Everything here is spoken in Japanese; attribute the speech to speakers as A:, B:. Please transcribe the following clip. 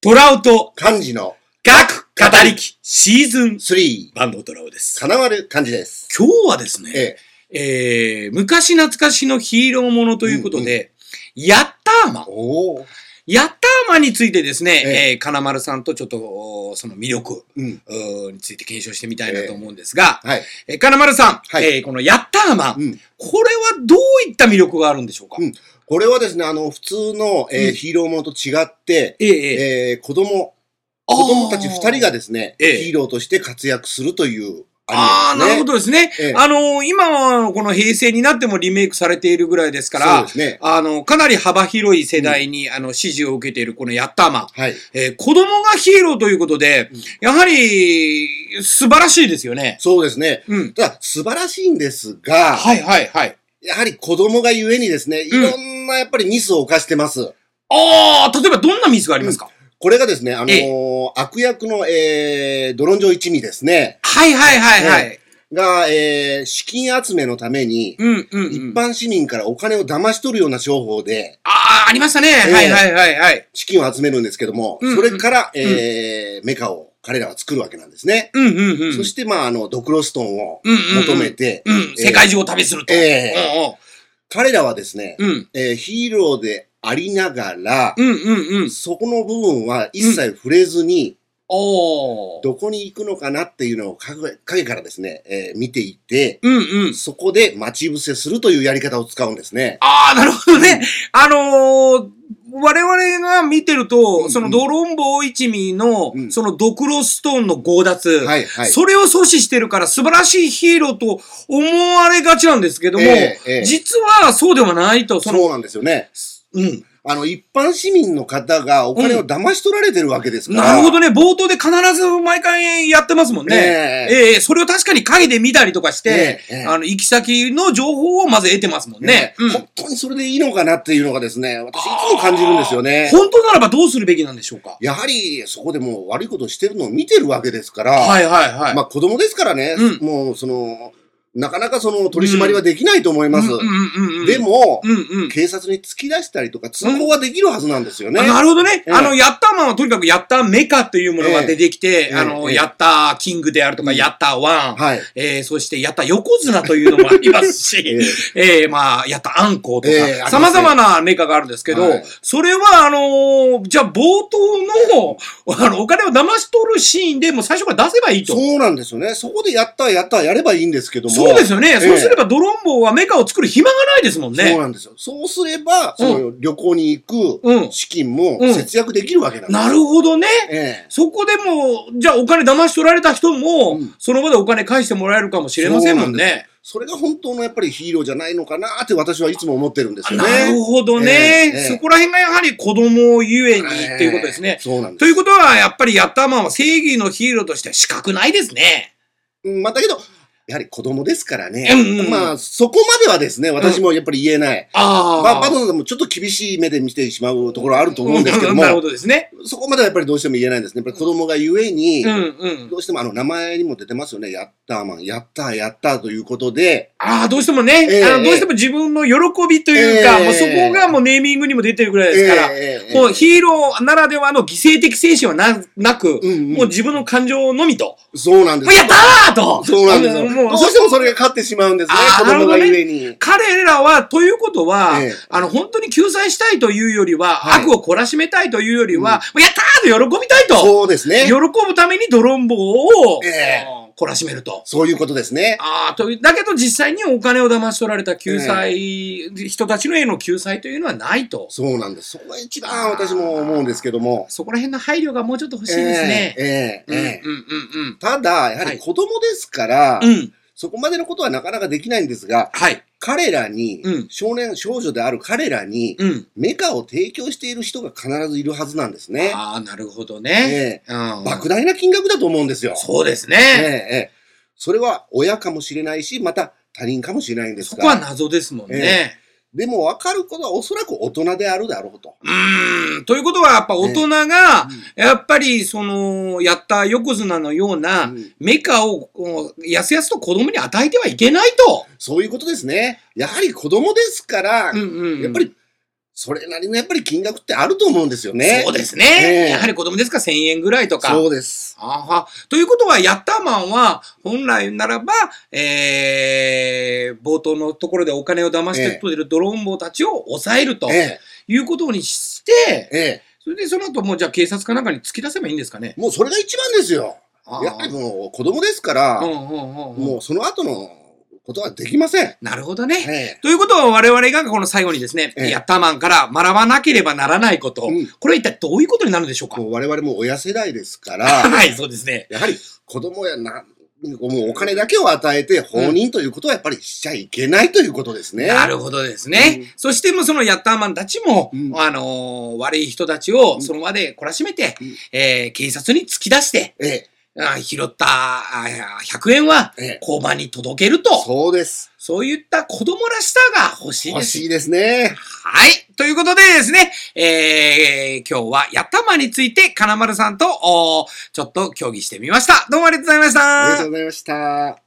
A: トラウト、
B: 漢字の
A: 学、語りき、シーズン、
B: 3、
A: バンドトラウです。
B: かなわる漢字です。
A: 今日はですね、
B: ええ。
A: えー、昔懐かしのヒーローものということで、ヤッターマン。
B: おお。
A: ヤッターマンについてですね、
B: え
A: えー、金丸さんとちょっと、おーその魅力
B: うん。
A: うーについて検証してみたいなと思うんですが、
B: はい。
A: えー金丸さん、
B: はい
A: えーこのヤッターマン、
B: うん。
A: これはどういった魅力があるんでしょうか、
B: うんこれはですね、あの、普通の、えー
A: うん
B: ヒーローものと違って、
A: えーえー
B: えー子供、
A: あー
B: 子供たち二人がですね、
A: ええ
B: ヒーローとして活躍するという
A: あ
B: ア
A: あ、
B: ニメですね。
A: なるほどですね。
B: ええ
A: あのー今はこの平成になってもリメイクされているぐらいですから、
B: そうですね。
A: あの、かなり幅広い世代に、あの、支持を受けているこのヤッターマン。
B: はい。
A: えー子供がヒーローということで、
B: うん
A: やはり、素晴らしいですよね。
B: そうですね。
A: うん。
B: ただ、素晴らしいんですが、
A: はいはいはい。
B: やはり子供がゆえにですね、いろんなやっぱりミスを犯してます。
A: ああ、例えばどんなミスがありますか、
B: これがですね、あのー
A: え
B: 悪役の、えー、ドロンジョ一味ですね、
A: はいはいはいはい。
B: が、えー、資金集めのために、
A: うんうん、うん。
B: 一般市民からお金を騙し取るような商法で、
A: ああ、ありましたね。
B: ええ
A: はいはいはいはい。
B: 資金を集めるんですけども、
A: うんうん
B: それから、えーメカを彼らは作るわけなんですね。
A: うんうんうん。
B: そして、まあ、あの、ドクロストンを
A: うんうんうん
B: 求めて、
A: うん、世界中を旅すると。
B: え彼らはですね、
A: うんうん。
B: えーヒーローでありながら、
A: うんうんうん。
B: そこの部分は一切触れずに、
A: おー。
B: どこに行くのかなっていうのを影影からですね、えー見ていて、
A: うんうん。
B: そこで待ち伏せするというやり方を使うんですね。
A: ああ、なるほどね。あのー、我々が見てる
B: うんう
A: と、
B: ん
A: そのドロンボ一味の
B: う、ん
A: そのドクロストーンの強奪。
B: はいはい。
A: それを阻止してるから素晴らしいヒーローと思われがちなんですけども、
B: ええええ
A: 実はそうではないと、その、
B: そうなんですよね。
A: うん。
B: あの、一般市民の方がお金を騙し取られてるわけですから。
A: なるほどね。冒頭で必ず毎回やってますもんね。
B: ねえ。
A: ええそれを確かに影で見たりとかして、
B: ええええ
A: あの、行き先の情報をまず得てますもんね。うん
B: 本当にそれでいいのかなっていうのがですね、私いつも感じるんですよね。
A: 本当ならばどうするべきなんでしょうか
B: やはり、そこでもう悪いことをしてるのを見てるわけですから、
A: はいはいはい。
B: まあ子供ですからね、
A: うん
B: もうその、なかなかその取り締まりはできないと思います。
A: うんうんうんうん、
B: で、も、
A: うんうん。
B: 警察に突き出したりとか通報はできるはずなんですよね。
A: あなるほどね。
B: ええ
A: あの、ヤッターマンはとにかくヤッターメカというものが出てきて、
B: ええ
A: あの、
B: ええ
A: ヤッターキングであるとか、
B: うん
A: ヤッターワン、
B: はい。
A: えー、そしてヤッター横綱というのもあります し、
B: えー
A: えー、まあ、やったあんこうと
B: ええあり
A: か、
B: ますね
A: 様々なメカがあるんですけど、
B: はい
A: それは、あのーじゃあ冒頭の、あ の、お金を騙し取るシーンでもう最初から出せばいいと。そう
B: そうなんですよね。そこでやったやったやればいいんですけども。
A: ですよね。
B: ええ
A: そうすればドロンボはメカを作る暇がないですもん
B: そう
A: ね。
B: なんですよ。そうすれば、その旅行に
A: う
B: 行く
A: ん。
B: 資金も
A: うん
B: 節約できるわけなんですよ。
A: なるほどね。
B: ええ
A: そこでもう、じゃあお金騙し取られた人も、
B: うん
A: その場でお金返してもらえるかもしれませんもん
B: そうなん
A: ね。
B: それが本当のやっぱりヒーローじゃないのかなって私はいつも思ってるんですよね。
A: なるほどね、
B: ええ
A: そこら辺がやはり子供ゆえに
B: ええ
A: っていうことですね。
B: そうなんです。
A: ということは、やっぱりヤッターマンは正義のヒーローとしては資格ないですね。
B: うんまあ、だけど、やはり子供ですからね。
A: うんうん
B: まあ、そこまではですね、私もやっぱり言えない。
A: あ
B: まあ、バトンさんもちょっと厳しい目で見てしまうところあると思うんですけど も
A: な、るほどですね。
B: そこまではやっぱりどうしても言えないんですね。やっぱり子供がゆえに、
A: うんうん
B: ど。うしてもあの名前にも出てますよね。やったーマン、やったーやったーということで、
A: ああ、どうしてもね、
B: ええ
A: あのどうしても自分の喜びというか、
B: ええ
A: もうそこがもうネーミングにも出てるぐらいですから、
B: ええ
A: もうヒーローならではの犠牲的精神はななく、
B: うんうん
A: もう自分の感情のみと、
B: そうなんで
A: もう
B: す
A: や
B: よ
A: ったーと
B: そうなんです
A: あ
B: よ。
A: の
B: ど
A: も
B: う
A: う
B: してもそれが勝ってしまうんですね。
A: あー
B: 子供がゆえに。
A: 彼らは、ということは、
B: ええ
A: あの、本当に救済したいというよりは、
B: はい
A: 悪を懲らしめたいというよりは、もうやったーと喜びたいと、
B: そうですね
A: 喜。ぶために泥んぼを、
B: ええ
A: うん懲らしめると。
B: そういうことですね。
A: ああ、という、だけど実際にお金を騙し取られた救済、人たちのへの救済というのはないと。
B: そうなんです。そこが一番私も思うんですけども。
A: そこら辺の配慮がもうちょっと欲しい
B: え
A: ですね。
B: えええ
A: うん
B: ええ
A: うんうん
B: ただ、やはり子供ですから、
A: うん。うん。
B: そこまでのことはなかなかできないんですが、
A: はい。
B: 彼らに、
A: うん
B: 少年少女である彼らに、
A: うん。
B: メカを提供している人が必ずいるはずなんですね。
A: ああ、なるほど
B: え
A: ね。
B: え
A: うん。
B: 莫大な金額だと思うんですよ。
A: そうですね。
B: ええええそれは親かもしれないし、また他人かもしれないんです
A: そ
B: が。
A: こは謎ですもんね。
B: でも分かることはおそらく大人であるだろうと。
A: うーん。ということは、やっぱ大人が、やっぱり、その、やった横綱のような、
B: うん
A: メカを、こうやすやすと子供に与えてはいけないと。
B: そういうことですね。やはり子供ですから、
A: うんうんうん
B: やっぱりそれなりのやっぱり金額ってあると思うんですよね。
A: そうです
B: え
A: ね。
B: え
A: やはり子供ですから1000円ぐらいとか。
B: そうです。
A: あは。ということは、ヤッターマンは、本来ならば、えー、冒頭のところでお金を騙して取れるドローン棒たちを抑えると
B: ええ、
A: いうことにして、
B: ええ。
A: それでその後もうじゃあ警察かなんかに突き出せばいいんですかね。
B: もうそれが一番ですよ。
A: あー
B: やっぱりもう子供ですから、
A: うんうんうんうん
B: もうその後のことはできません。
A: なるほどね。
B: え
A: ということは我々がこの最後にですね、
B: ええ
A: ヤッターマンから学ばなければならないこと、
B: うん
A: これは一体どういうことになるんでしょうか
B: もう我々も親世代ですから、
A: はい、そうですね。
B: やはり子供やな、もうお金だけを与えて放任ということはやっぱりしちゃいけないということですね。
A: なるほどですね。
B: うん
A: そしてもうそのヤッターマンたちも、
B: うん
A: あのー悪い人たちを
B: ん
A: その場で懲らしめて、
B: うん
A: えー警察に突き出して、
B: ええ、
A: あ拾ったあ100円は
B: ええ。
A: 交番に届けると、そう
B: そうです。
A: いった子供らしさが欲しいで
B: 欲
A: す。
B: しいですね。
A: はい。ということでですね、えー、今日はヤッターマンについて金丸さんと、おーちょっと協議してみました。どうもありがとうございました。
B: ありがとうございました。